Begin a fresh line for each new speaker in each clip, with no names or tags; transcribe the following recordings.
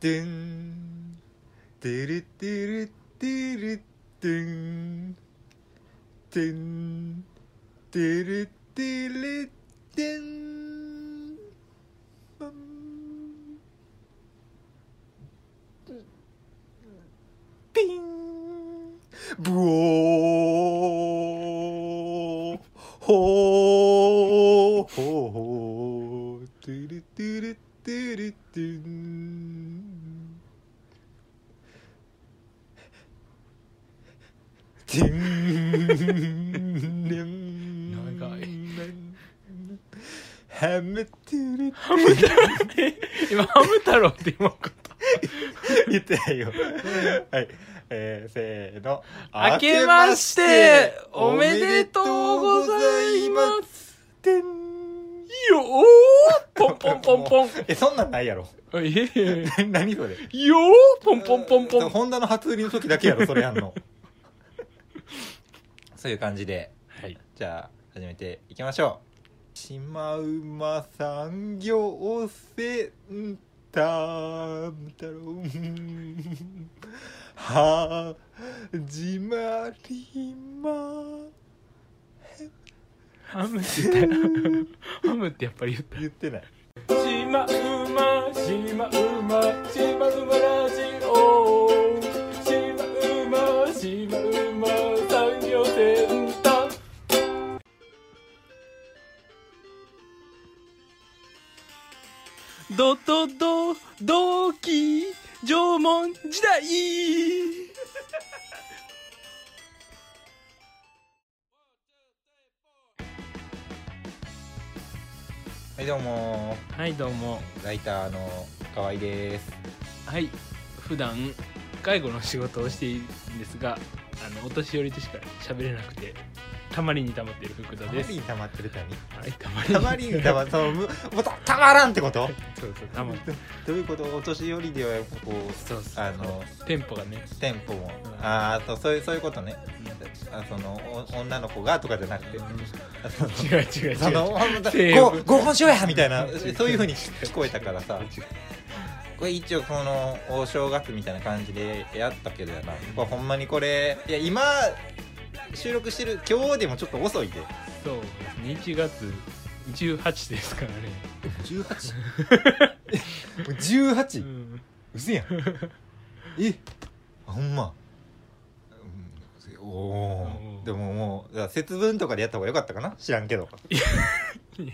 ドゥンドゥルドゥルドゥルドゥンドゥンドゥルドゥルドゥンバンピンブオーほーほーほートゥルトゥルトゥルトゥンティンリン
長い
ハムトゥルト
ハム太郎って今ハム太郎って今こと
ゥル 言ってないよはいえー、せーの
明けましておめでとうございます
てん
よーポンポンポンポン
えそんなんないやろ
えいえいえ
何それ
よーポンポンポンポン
ホンダの初売りの時だけやろそれや んのそういう感じで
はい
じゃあ始めていきましょうシマウマ産業センター太郎始まりま
ハムって言ったハムってやっぱり言った
言ってない
シマウマシマウマシマウマラジオシマウマシマウマ産業センタードドドドキ縄文時代
はいどうも
はいどうも
ライターの河合です
はい普段介護の仕事をしているんですがあのお年寄りとしか喋れなくてたまりに溜まっている福田
たま
です
りに溜まってるたに
はいたまり
たまりに溜まそうむもうたたまらんってこと
そうそうたまり
どういうことお年寄りではこう
そうそう
あの
テンポがね
店舗も
うん
ああそういうそういうことね
うん
あそのお女の子がとかじゃなくてあその
違う違う違う
そのほんまだ
セーブ
ご合コンしようやみたい な
違う
そういうふうに聞こえたからさこれ一応このお正月みたいな感じでやったけどやなこれほんまにこれいや今収録してる今日でもちょっと遅いで
そうですね1月18ですからね、
18 18?
うん
うせやんえあほんまうんおお
おー
ーでももうだから節分とかでやった方が良かったかな知らんけど
いや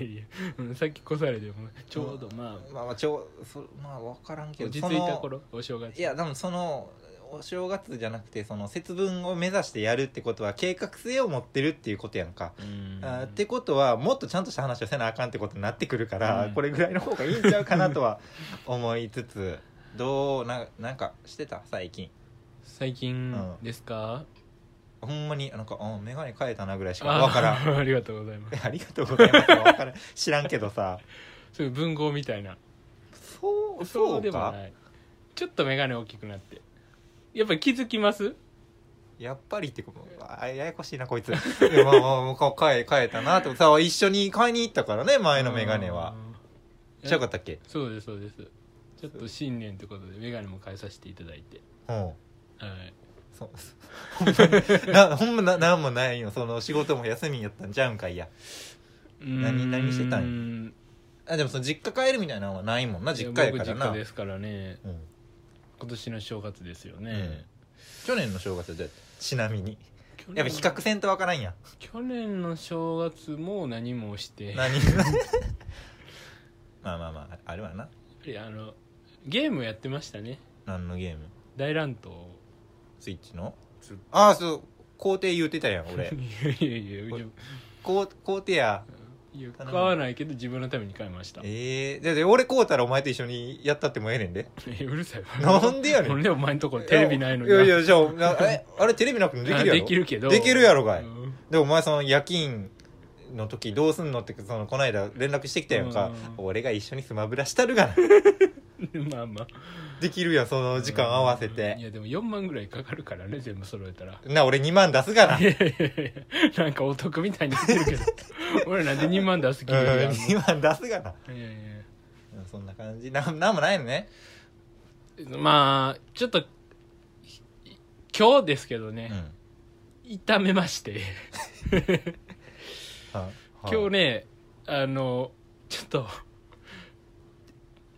いやうんさっき越されてもちょうどま
まあまあちょそまあ分からん
あ
け
落
ど
ち着い
そ
た
の
頃お正月
いやでもそのお正月じゃなくてその節分を目指してやるってことは計画性を持ってるっていうことやんか、
うん
あーってことはもっとちゃんとした話をせなあかんってことになってくるから、
うん
これぐらいの方がいいんちゃうかなと は思いつつどうななんかしてた最近
最近
うん
ですか、
ほんまになんかうん眼鏡変えたなぐらいしか
あ
分 からん
ありがとうございます
ありがとうございます分からん知らんけどさ
そういう文豪みたいな
そう
そ
そうう
でも
か
ないちょっと眼鏡大きくなってやっぱり気づきます
やっぱりってこあややこしいなこいついやまあまあもうこう変え変えたなとさ一緒に買いに行ったからね前の眼鏡は
うん
違かったっけ
そうですそうですちょっと新年ってことで眼鏡も変えさせていただいて
うん
はい
そうほんまになほんまななんもないよその仕事も休みやったんちゃうんかいや何何してたんや
ん
あでもその実家帰るみたいなのはないもんな実家やから
いや僕実
な
家ですからね
うん
今年の正月ですよね、
去年の正月でちなみに
去
や
年
っぱ比較せんとわからんやん
去年の正月も何もしてやっ
何 まあまあまああるわな
ぱりあのゲームやってましたね
何のゲーム
大乱闘
スイッチの
ずっと
ああそう皇帝言うてたやん俺
いやいやいや
皇皇帝や
いや買わないけど自分のために買いました
ええー、だって俺こうたらお前と一緒にやったってもええねんで
えうるさいわ
なんでやね
なん
ん
でお前んところ テレビないのに
いやいやじゃあなえあれテレビなくてもできるや
あ
ろ
できるけど
できるやろがい
うん
でもお前その夜勤の時どうすんのってそのこの間連絡してきたやんか
うん
俺が一緒にスマブラしたるが な
まあまあ
できるやんその時間合わせ
い
て
やでも4万ぐらいかかるからね全部揃えたら
な俺2万出すがない
やいやいやなんかお得みたいに 言ってるけど俺なんで2万出す気
うん
分やんのい
2万出すがな
やいやいや
そんな感じなんなんもないのね
まあちょっとひ今日ですけどね、
ん
痛めまして
は
今日ねあのちょっと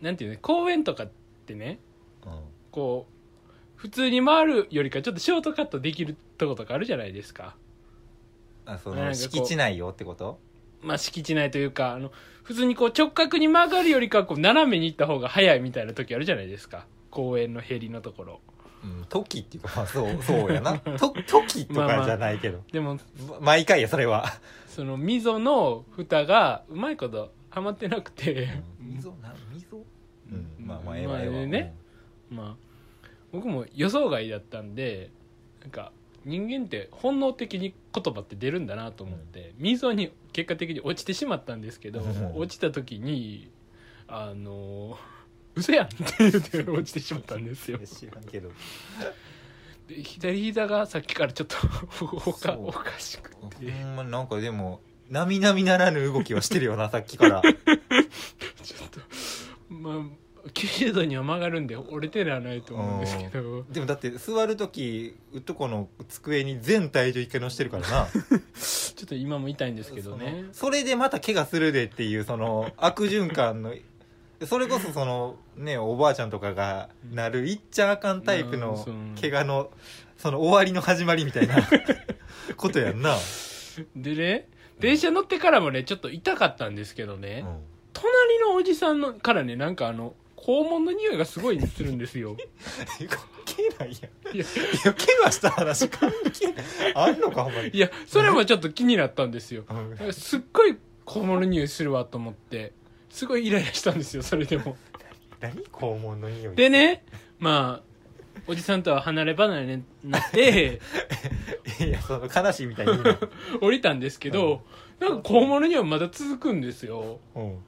なんていうね公園とかってね
はい
こう普通に回るよりかちょっとショートカットできるとことかあるじゃないですか
うん、あそ
なん
の
かこう
敷地内よってこと
まあ敷地内というかあの普通にこう直角に曲がるよりかはこう斜めに行った方が早いみたいな時あるじゃないですか公園のへりのところ
うん時っていうかまあそうそうやなと時とかじゃないけど、
でも
ま毎回やそれは
その溝の蓋がうまいことはまってなくて、
溝な溝
うん
まあまあ
まあ
ええわええわ
ねまあ僕も予想外だったんでなんか人間って本能的に言葉って出るんだなと思って、溝に結果的に落ちてしまったんですけど、
うん
落ちた時にあの 嘘やんって言って落ちてしまったんです
う
よ
ん知らんけど
で左膝がさっきからちょっと お
そ
か
う
おかしく
ほ
て
んまなんかでも並々ならぬ動きをしてるよ なさっきから
ちょっとまあ90度には曲がるんで折れてらないと思うんですけど
でもだって座る時うっとこの机に全体重一回乗してるからな
ちょっと今も痛いんですけどね
そのそれでまた怪我するでっていうそ の悪循環のそれこそそのねおばあちゃんとかがなるいっちゃあかんタイプ
うん
の
そう
怪我のその終わりの始まりみたい なことやんな、
でね電車乗ってからもねちょっと痛かったんですけど
う
ね、
ん
隣のおじさんのからねなんかあの肛門の匂いがすごいするんで すよ
関係ないやん
いや
いや怪我した話関係ないあんのかほんまに
いやそれもちょっと気になったんですよ
うん
すっごい肛門の匂いするわと思ってすごいイライラしたんですよそれでも
何肛門の匂い
でねまあおじさんとは離れ離れに なって
いやその悲しいみたいに言う な
降りたんですけど、なんか肛門の匂いまだ続くんですよ
うん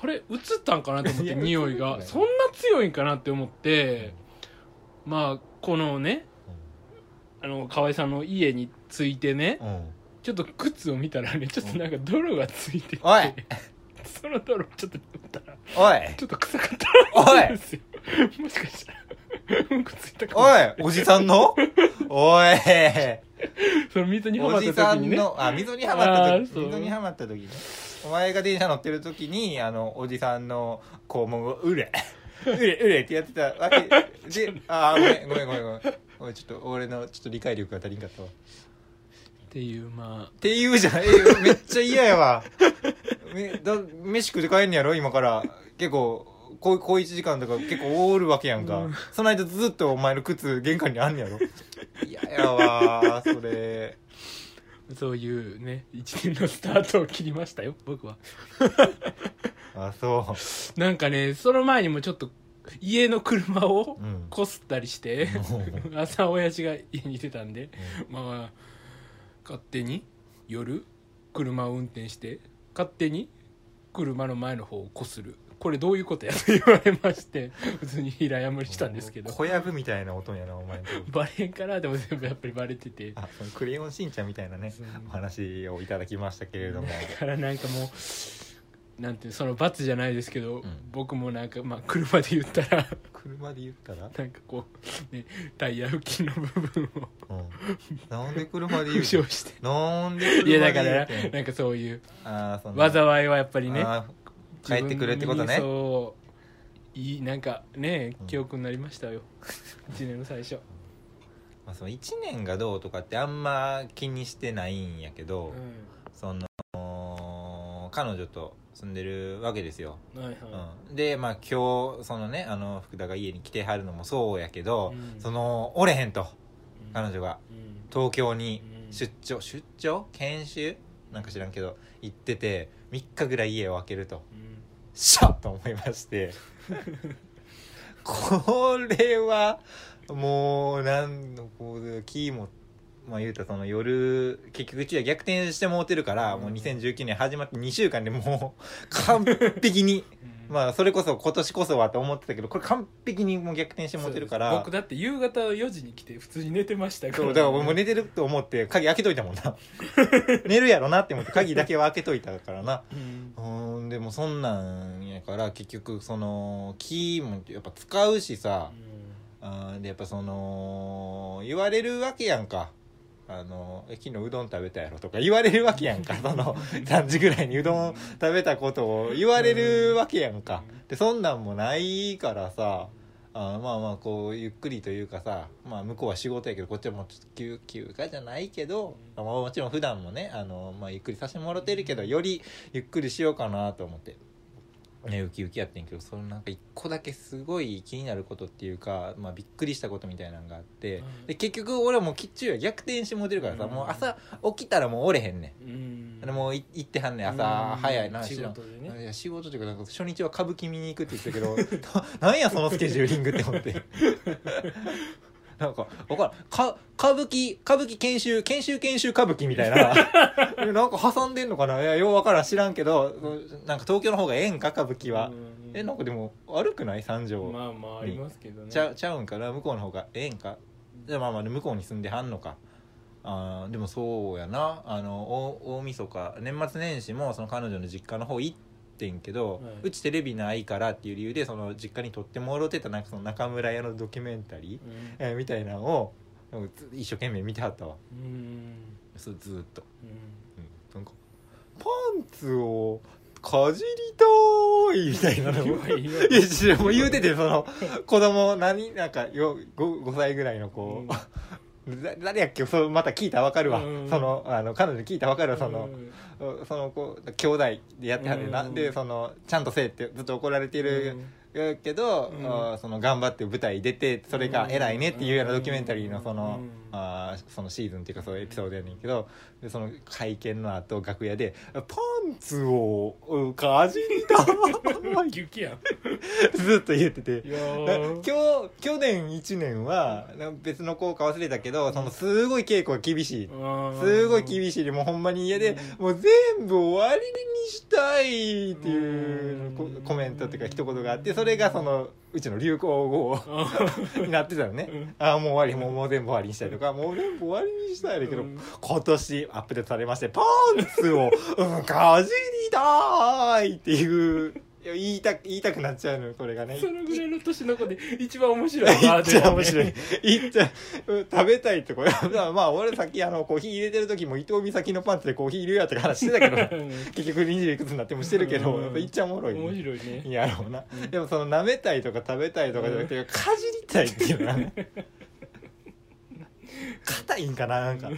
あれ映ったんかなと思っ
い
て
や
匂い
映って
が
ない
そんな強いんかなって思って、まあこのねあの河合さんの家に着いてね
うんうん
ちょっと靴を見たらねちょっとなんか泥がついてて、
おい
その泥ちょっと取ったら
おい
ちょっと臭かったらしいんですよ もしかしたらうんこついたかも
おいおじさん のおい
その水にはま
お
っ
じ
た
さ
時に
ん
ね
の あ溝にはま
あ
っ
ー
た時
そう
溝にはまった時ねお前が電車乗ってる時にあのおじさんの肛門を「う れうれうれ」ってやってたわけでああごめんごめんごめんごめんおいちょっと俺のちょっと理解力が足りんかったわ
っていうま
っていうじゃん。えーめっちゃ嫌やわ。めだ飯食って帰んねやろ今から。結構、こう、こう1時間とか結構おるわけやんか。
うん
その間ずっとお前の靴玄関にあんねやろ。嫌やわ、それ。
あそういうね一年のスタートを切りましたよ僕は
あ、そ
なんかねその前にもちょっと家の車を
う。うん。
こすったりして
う
朝親父が家にいてたんでまあ勝手に夜車を運転して勝手に車の前の方をこするこれどういうことやと言われまして普通に平謝りしたんですけど
小籔みたいな音やな、お前のとこ
バレへんからでも全部やっぱりバレててだ
あ、そのクレヨンしんちゃんみたいなね
そう、
お話をいただきましたけれども。
からなんかもうなんていうその罰じゃないですけど、
ん
僕もなんかまあ車で言ったら
車で言ったら
なんかこう、ね、タイヤ付近の部分を
うん。なんで車で
負
言う
傷
の
して
なんで
い
車で
やだか
言
ら
うてん
なんかそういう
あーそんな
災いはやっぱりね
あー帰ってくれってことね
自分のそういいなんかね
うん
記憶になりました よ、一年の最初、
まあ、その1年がどうとかってあんま気にしてないんやけど、その彼女と住んでるわけですよ、
うんはいはい、
うんでまあ今日そのねあの福田が家に来てはるのもそうやけど、
うん
そのおれへんと
うん
彼女が
うん
東京に
うん
出張出張研修なんか知らんけど行ってて3日ぐらい家を空けると
うん
しゃっと思いまして これはもうなんのこうキーもまあ言うたらその夜結局うちは逆転してもうてるから、
うん
もう2019年始まって2週間でもう完璧 に
うん
まあそれこそ今年こそはと思ってたけどこれ完璧にもう逆転してもうてるか
そう
ら
僕だって夕方4時に来て普通に寝てましたから
そうだからもう寝てると思って鍵開けといたもん な寝るやろなって思って鍵だけは開けといたからな
うん
うーんでもそんなんやから結局その木もやっぱ使うしさ、
うん
あーでやっぱその言われるわけやんかあのえ昨日うどん食べたやろとか言われるわけやんかそ の3時ぐらいにうどん食べたことを言われるわけやんかでそんなんもないからさあーまあまあこうゆっくりというかさ、まあ、向こうは仕事やけどこっちはもうちょっと休休暇じゃないけど、まあ、もちろん普段もねあの、まあ、ゆっくりさせてもらってるけどよりゆっくりしようかなと思ってね、ウキウキやってんけどそのなんか一個だけすごい気になることっていうか、まあ、びっくりしたことみたいなのがあって、
うん
で結局俺はもうきっちり逆転してもうてるからさ、
うん
もう朝起きたらもう折れへんね
うん
ん、でもうい行ってはんねん
うん
朝早いな
仕
知らん
事でね
いや仕事というかなんか初日は歌舞伎見に行くって言ってたけど ななんやそのスケジューリングって思って なんか分からんか歌舞伎歌舞伎研修研修研修歌舞伎みたいな えなんか挟んでんのかないやよう分からん知らんけどなんか東京の方がええんか歌舞伎は、
うん
えなんかでも悪くない三条、
まあまあありますけどね
ちゃちゃうんかな向こうの方がええんかじゃあまあまあ向こうに住んではんのかあーでもそうやなあの大大晦日年末年始もその彼女の実家の方行ってんけど、
はいう
ちテレビないからっていう理由でその実家に撮ってもろてたなんかその中村屋のドキュメンタリー、
うん
えーみたいなのをなんかず一生懸命見てはったわ
うん
そうずーっと、
うん
うん、なんかパンツをかじりたーいみたいなのを
弱い弱い
いや知らんもう言うててその子供何なんかよ 5, 5歳ぐらいの子、 だ誰やっけそうまた聞いたら分かるわ、
うん
そのあの彼女に聞いたら分かるわその
う、ん
その子兄弟でやってはるな、
うん
でそのちゃんとせえってずっと怒られてるけど、
うん
あーその頑張って舞台出てそれが偉いねっていうようなドキュメンタリーのその,、
うん
あーそのシーズンっていうかそういうエピソードやねんけどでその会見の後楽屋で「パンツをうんかじりたい」
雪やん
ずっと言ってて
いやー
な今日去年1年はな別の効果忘れたけどそのすごい稽古が厳しいすごい厳しいでもうほんまに嫌でもう全部終わりにしたいっていうこ
うん
コメントっていうか一言があってそれがそのうちの流行語になってたのね
うん
あ あもう終わりもうもう全部終わりにしたいとかもう全部終わりにしたいだけど
うん
今年アップデートされましてパンツを、うん、かじりたーいっていういや言いたく言いたくなっちゃうのよこれがね
そのぐらいの年の子で一番面白い
い
ワ
っ
ード
ち
や
ゃ
ね
面白い。いっちゃ、うん食べたいってこれ。 だからまあ俺さっきあのコーヒー入れてる時も伊藤美咲のパンツでコーヒー入れようやって話してたけど、 結局20いくつになってもしてるけど、
うん
やっぱいっちゃおもろい、
面
ね。
白いね
い やろうな。でもその舐めたいとか食べたいとかじゃなくて、かじりたいっていうの はね。硬いんかな、なんか。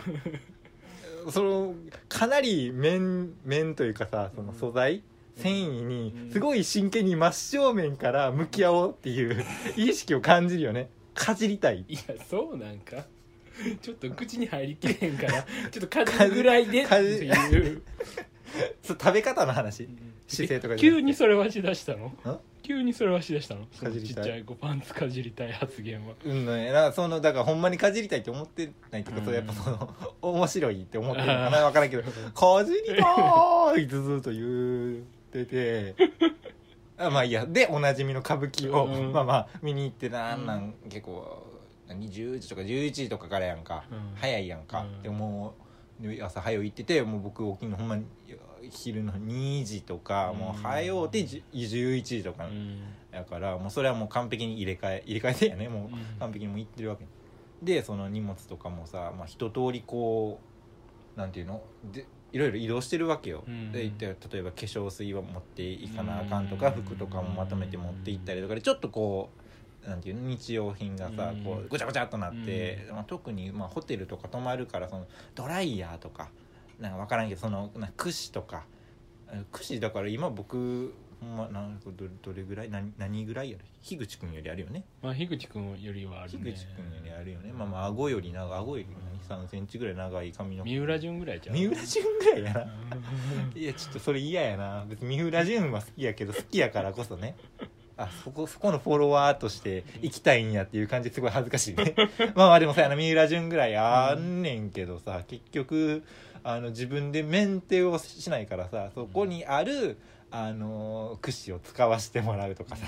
その、かなり面、面というかさ、その素材、繊維
う
に
ん
すごい真剣に真正面から向き合おうって いう意識を感じるよねかじりたい
いやそうなんかちょっと口に入りきれへんからちょっとかじるぐらいでっていう
そう食べ方の話姿勢とかじゃなくて
急にそれはしだしたの
ん
急にそれはしだしたのそ
か
の
じり
ちった
い
ちゃい子パンツかじりたい発言は
うんねなんかそのだからほんまにかじりたいって思ってないとか、
うん
そうやっぱその 面白いって思ってるのかな分からんけど「かじりたーい!」ってずっと言っててあまあいいやでおなじみの歌舞伎を、
うん
まあまあ見に行ってなんなん結構何10時とか11時とかからやんか、
うん
早いやんか、
うん
でもうで朝早う行っててもう僕起きるのほんまに昼の2時とか、もう早うてじ11時とか、
うん
やからもうそれはもう完璧に入れ替え入れ替えてやねも
うん
う完璧にもう行ってるわけ、でその荷物とかもさ、まあ、一通りこうなんていうのでいろいろ移動してるわけよ、
うん
でで例えば化粧水は持っていかなあかんとか、
うん
服とかもまとめて持って行ったりとかでちょっとこうなんていうの日用品がさ、
うん
こうごちゃごちゃっとなって、
う
まあ、特にまあホテルとか泊まるからそのドライヤーとかなんか分からんけどそのなんか櫛とかえ櫛だから今僕ほんまなんどどれぐらい何何ぐらいやる樋口君よりあるよね
まあ樋口君よりはある
樋
ね
口君よりあるよねまあまあ顎より長い顎より何3センチぐらい長い髪の毛
三浦淳ぐらいじゃん
三浦淳ぐらいやな
うん
いやちょっとそれ嫌やな別に三浦淳は好きやけど好きやからこそねあそこそこのフォロワーとして行きたいんやっていう感じですごい恥ずかしい ねまあまあでもさあの三浦淳ぐらいあんねんけどさ結局あの自分でメンテをしないからさそこにあるあの櫛を使わせてもらうとかさ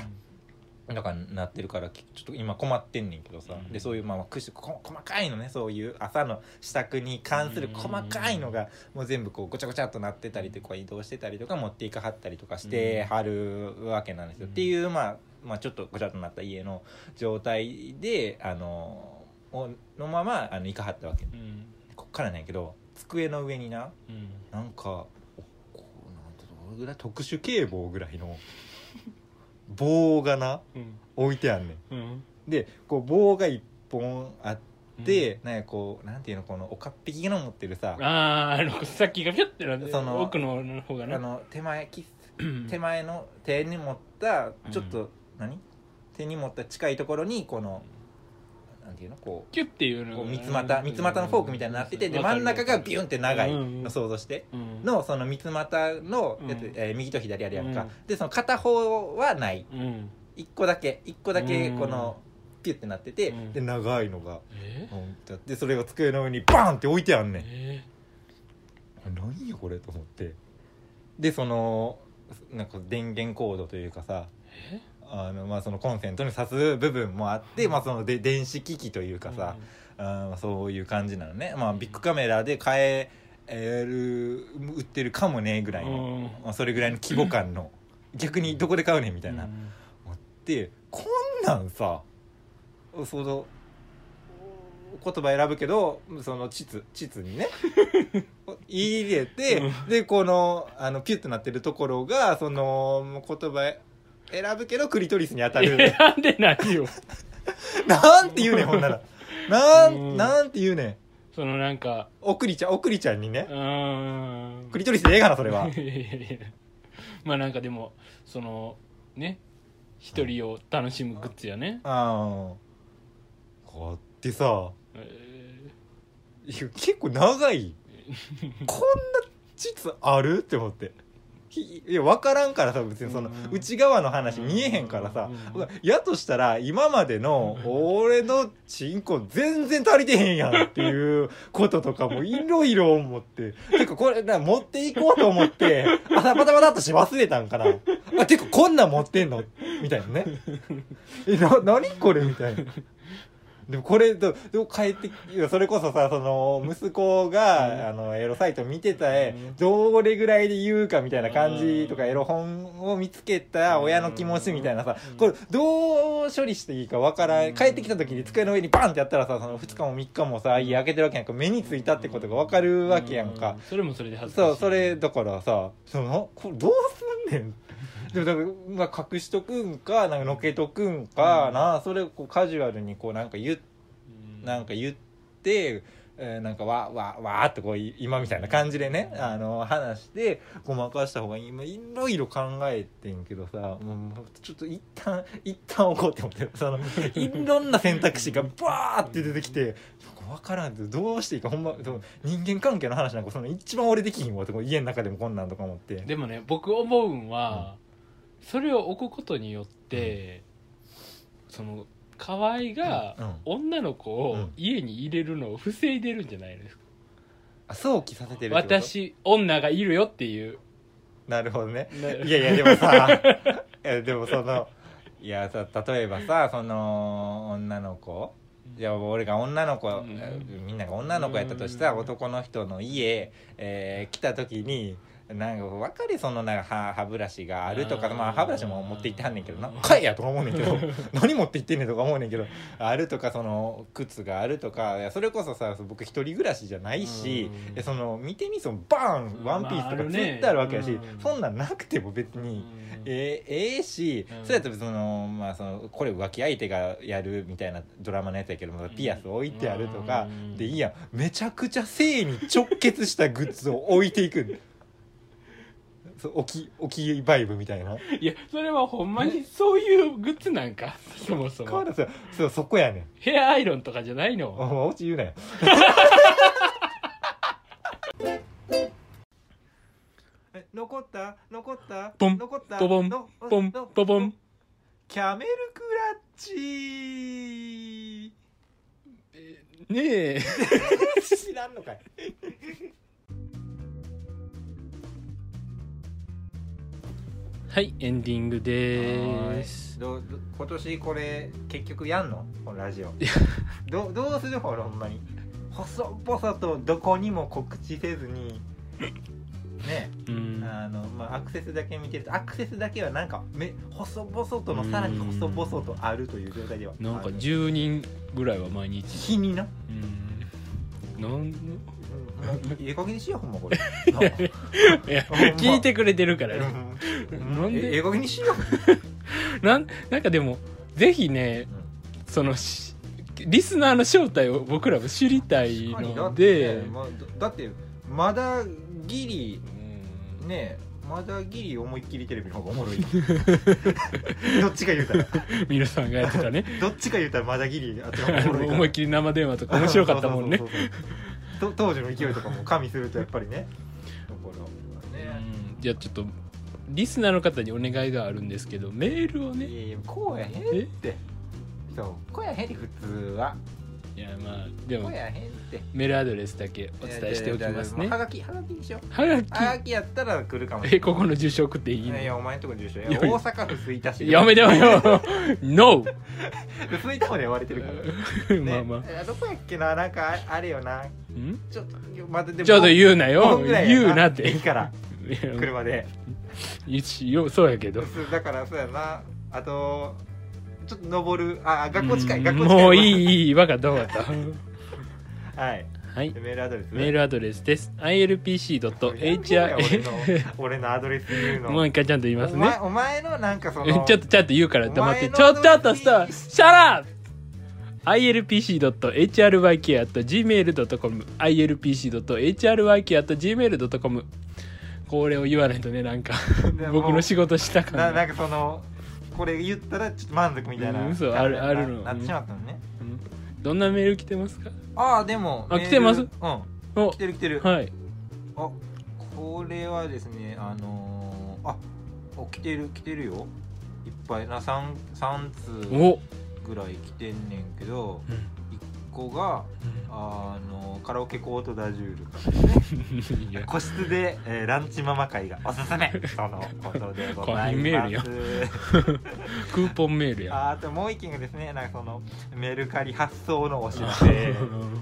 なんかなってるからきちょっと今困ってんねんけどさ、
うん
でそういうまあまあ櫛こ細かいのねそういう朝の支度に関する細かいのがもう全部こうごちゃごちゃっとなってたりとか移動してたりとか持っていかはったりとかしてはるわけなんですよ、
うん
っていうまあまあ、ちょっとごちゃっとなった家の状態であのおのままあの行かはったわけ
うん
こっからなんやけど机の上にな
うん
なんかおこうなんてどれぐらい特殊警棒ぐらいの 棒がな
うん
置いてあんね
うん
んでこう棒が一本あって、なんやこうなんていうのこのおかっぴきの持ってるさ
あああのさっきがピュッてなって
その
奥の方が
あ
な
の手前き
うん
手前の手に持ったちょっと、
う
何手に持った近いところにこのなんていうのこう
キュッていうの
こ
が
う三つ股三つ股のフォークみたいになっててで
わか
真
る
ん中がビュンって長い
うんう
の
ん
想像して
うん
のその三つ股のやつ、
うん
えー右と左あるやんか、
うん
でその片方はない
うん
一個だけ一個だけ
うん
このピュってなってて、
うん
で長いのが
え
うんでそれが机の上にバーンって置いてあんねん
え
何よこれと思ってでそのなんか電源コードというかさ
え
あのまあそのコンセントに挿す部分もあって、まあそので電子機器というかさ、あーそういう感じなのね、まあ、ビッグカメラで買える売ってるかもねぐらいの、
うん
まあ、それぐらいの規模感の逆にどこで買うねんみたいな、
うん
でこんなんさその言葉選ぶけどその地図地図に ね入れて、
うん
でこのあのピュッとなってるところがその言葉選ぶけどクリトリスに当たる
選んでないよ
なんて言うねんほんならなん、
うん
なんて言うねん
そのなんか
おくりちゃんおくりちゃんに
う
ね
ーん
クリトリスでええがなそれはい
やいやいやまあなんかでもそのね一人を楽しむグッズやね、
ああこうやってさ
え
いや結構長いこんな実あるって思ってひいや分からんからさ別にその
うん
内側の話見えへんからさ
うん
やとしたら今までの俺のチンコ全然足りてへんやんっていうこととかもいろいろ思っててかこれな持っていこうと思ってあたパタパタっとし忘れたんかなあてかこんなん持ってんのみたいなねえな何これみたいなでもこれとでも帰っていやそれこそさその息子
うん
があのエロサイト見てた絵
うん
どれぐらいで言うかみたいな感じとかエロ本を見つけた親の気持ちみたいなさ
うん
これどう処理していいかわから
うん
ん帰ってきた時に机の上にバンってやったらさその2日も3日もさ家開けてるわけやんか目についたってことがわかるわけやんか
うそれもそれで恥ずかしい
そうそれだからさそのこれどうすんね んでもだから、まあ、隠しとくんかなんかのけとくんかな、それをこうカジュアルにこうなんか言っ
う
なんか言って、えーなんかわわわーってこうい今みたいな感じでね、あの話してごまかした方がいい今いろいろ考えてんけどさもうもうちょっと一旦一旦置こうって思って そのいろんな選択肢がバーって出てきて。分からんってどうしていいかほんまでも人間関係の話なんかその一番俺できひんわってこう家の中でもこんなんとか思って
でもね僕思うんは、それを置くことによって、その河合が、
うんうん
女の子を
うん
家に入れるのを防いでるんじゃないですか、
あ想起させてるってこと
私女がいるよっていう
なるほどね
ね
いやいやでもさいやでもそのいやさ例えばさその女の子いや俺が女の子、
ん
みんなが女の子やったとしたら、
うん
男の人の家、えー来た時になんか分かるそのなんか歯歯ブラシがあるとか
うん
まあ歯ブラシも持って行ってはんねんけどな
うん
「かいや!」とか思うねんけど 何持って行ってんねんとか思うねんけどあるとかその靴があるとかいやそれこそさ僕一人暮らしじゃないし
うん
でその見てみそのバーンワンピースと
まああ
か
る
つ
ね
ってあるわけやし、
うん
そんなんなくても別に。えーええし、
うん
それやったらその、まあ、そのこれ浮気相手がやるみたいなドラマのやつやけどもピアス置いてあるとか、
うん
でいいやんめちゃくちゃ性に直結したグッズを置いていくん そう置き置きバイブみた いない
やそれはほんまにそういうグッズなんかそもそ
変わ
も
らずそうそこやねん
ヘアアイロンとかじゃない
お
の
前オチ言うなよ え残った残った
ポン
残った
ポボン
の
ポン
の
ポボン
キャメルクラッチ
ねえ
知らんのかい
はいエンディングで
は
ーす
いどうど今年これ結局やんのこのラジオどどうするほらほんまに細々とどこにも告知せずにね、
うん
あのまあ、アクセスだけ見てるとアクセスだけはなんかめ細々とのさらに細々とあるという状態ではある
なんか10人ぐらいは毎日
日 にな
うんなん
うんええ加減にしようほんまこれなんか
いや
ほんま
聞いてくれてるからね
うん
なんで
えええ加減にしよう
なんなんかでもぜひねそのしリスナーの正体を僕らも知りたい
確かにだ
の
って
で、
まあだだってまだギリ
うん
ねまだギリ思いっきりテレビの方がおも ろいどっちか言うたら
皆さんがやってたね
どっちか言うたらまだギリあっちの方が
あ
おもろ
の
いから
思いっきり生電話とか面白かったもんね
そうそうそうそうと当時の勢いとかも加味するとやっぱりねだからね
うんじゃあちょっとリスナーの方にお願いがあるんですけどメールをね
いやいやこうやへん
え
ってそうこうやへんって普通はい
やまあで
こ
も
うやへんって
メールアドレスだけお伝えしてお
いやいやい
きます
やいやもう
ね
はがきはがきにしよう
はがき
はがきやったら来るかもしれ
え
ない
ここの住所送っていい
い
の
やいやお前んとこ住所い
いや
や
いや
大阪府吹田市
やめて よよ NO!
吹田まで呼ばれてるからね
まあまあ
えどこやっけななんかああれよなんちょっとまたでも
ちょっと言うな
5
よ
分ぐらいや
言うなって
駅から
いや
車で
一応そうやけど
そうだからそうやなあとちょっと登るあ学校近
う
い
ん
学校近い
もういいいい分かった分かっ た
はい
はい
でメールアドレス
メールアドレスです ilpc.hr
俺の俺のアドレス言うの
もう一回ちゃんと言います
お
ね
前お前のなんかそ
え
の
ちょっとちゃんと言うから黙って
お前の
ちょちょっとスト
同
ッ
期
プシャラッ ilpc.hryk.gmail.com ilpc.hryk.gmail.com これを言わないとねなんか
でも
僕の仕事したか
な
ら、
なんかそのこれ言ったらちょっと満足みたいな、
うんそうあるあるの
ななってしまったのね
うんどんなメール来てますか
ああでも
あ
メール
来てます
うん
お
来てる来てる、
はい
あこれはですねあのー、あお来てる来てるよいっぱいな三三通
お、
ぐらい来てんねんけど1個があのカラオケコートダジュールからですね
いや
個室で、えーランチママ会がおすすめそのことでござい
個人メー
ま
ルや
す
クーポンメールや
ああともう一件がですねなんかそのメルカリ発送のお知ら せ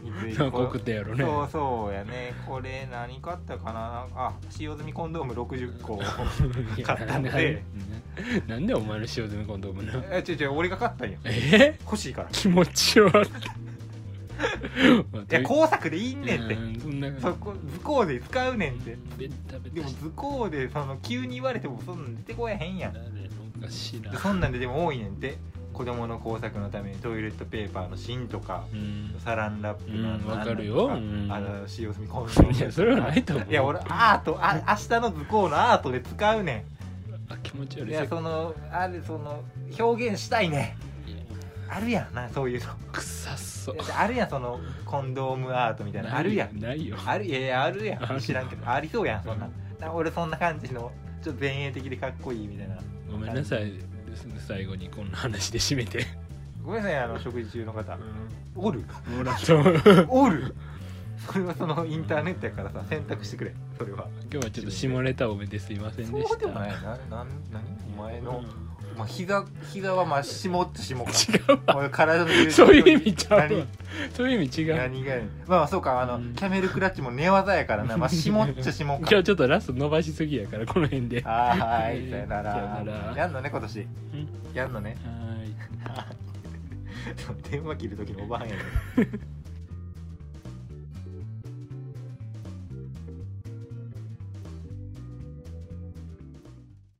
について
なんか送ったやろね
そうそうやねこれ何買ったかなあ使用済みコンドーム60個
いや
買ったんで
なんなんでお前の塩詰め込んどくな
え違う違う俺が買ったんよ
え
欲しいから
気持ち悪いまあ
いや工作でいいねんって
うんそんな
そこ図工で使うねんって
ベタベ
でも
タして
図工でその急に言われてもそんなん出てこやへんやん
なるのかしら
そんなんででも多いねんて子供の工作のためにトイレットペーパーの芯とか
うん
サランラップの
うん
あの
わかるよ
あの
うん
あの使用済みコンロ
いやそれはないと思う
いや俺アートあ明日の図工のアートで使うね
あ気持ち
ん
悪
い
い
や
さ
そのあれその表現したいね
いや
あるやんな そういうの
臭そう
いやあるやんそのコンドームアートみたいなあるやん
ないよ
あるいやいやあるや
ある
ん知らんけどありそうやんそんなんな俺そんな感じのちょっと前衛的でかっこいいみたいな
ごめんなさい最後にこんな話で締めて
ごめんなさいあの食事中の方お る
もらった今
おるそれはそのインターネットやからさ選択してくれそれは
日はちょっと下ネタ多めですいませんでした
そうでもないなな何お前の、まあ、膝膝はまあ下って下 か
違う
俺体の重心
そういう意味ちゃうわ
何
そういう意味違う
何がやねんまあまあそうかあの、
うん
キャメルクラッチも寝技やからな、まあ、下っちゃ下
今
か
日ちょっとラスト伸ばしすぎやからこの辺では
あーはいさよなら
さよなら
やんのね今年やんのね
ー い
電話切る時のおばはんやね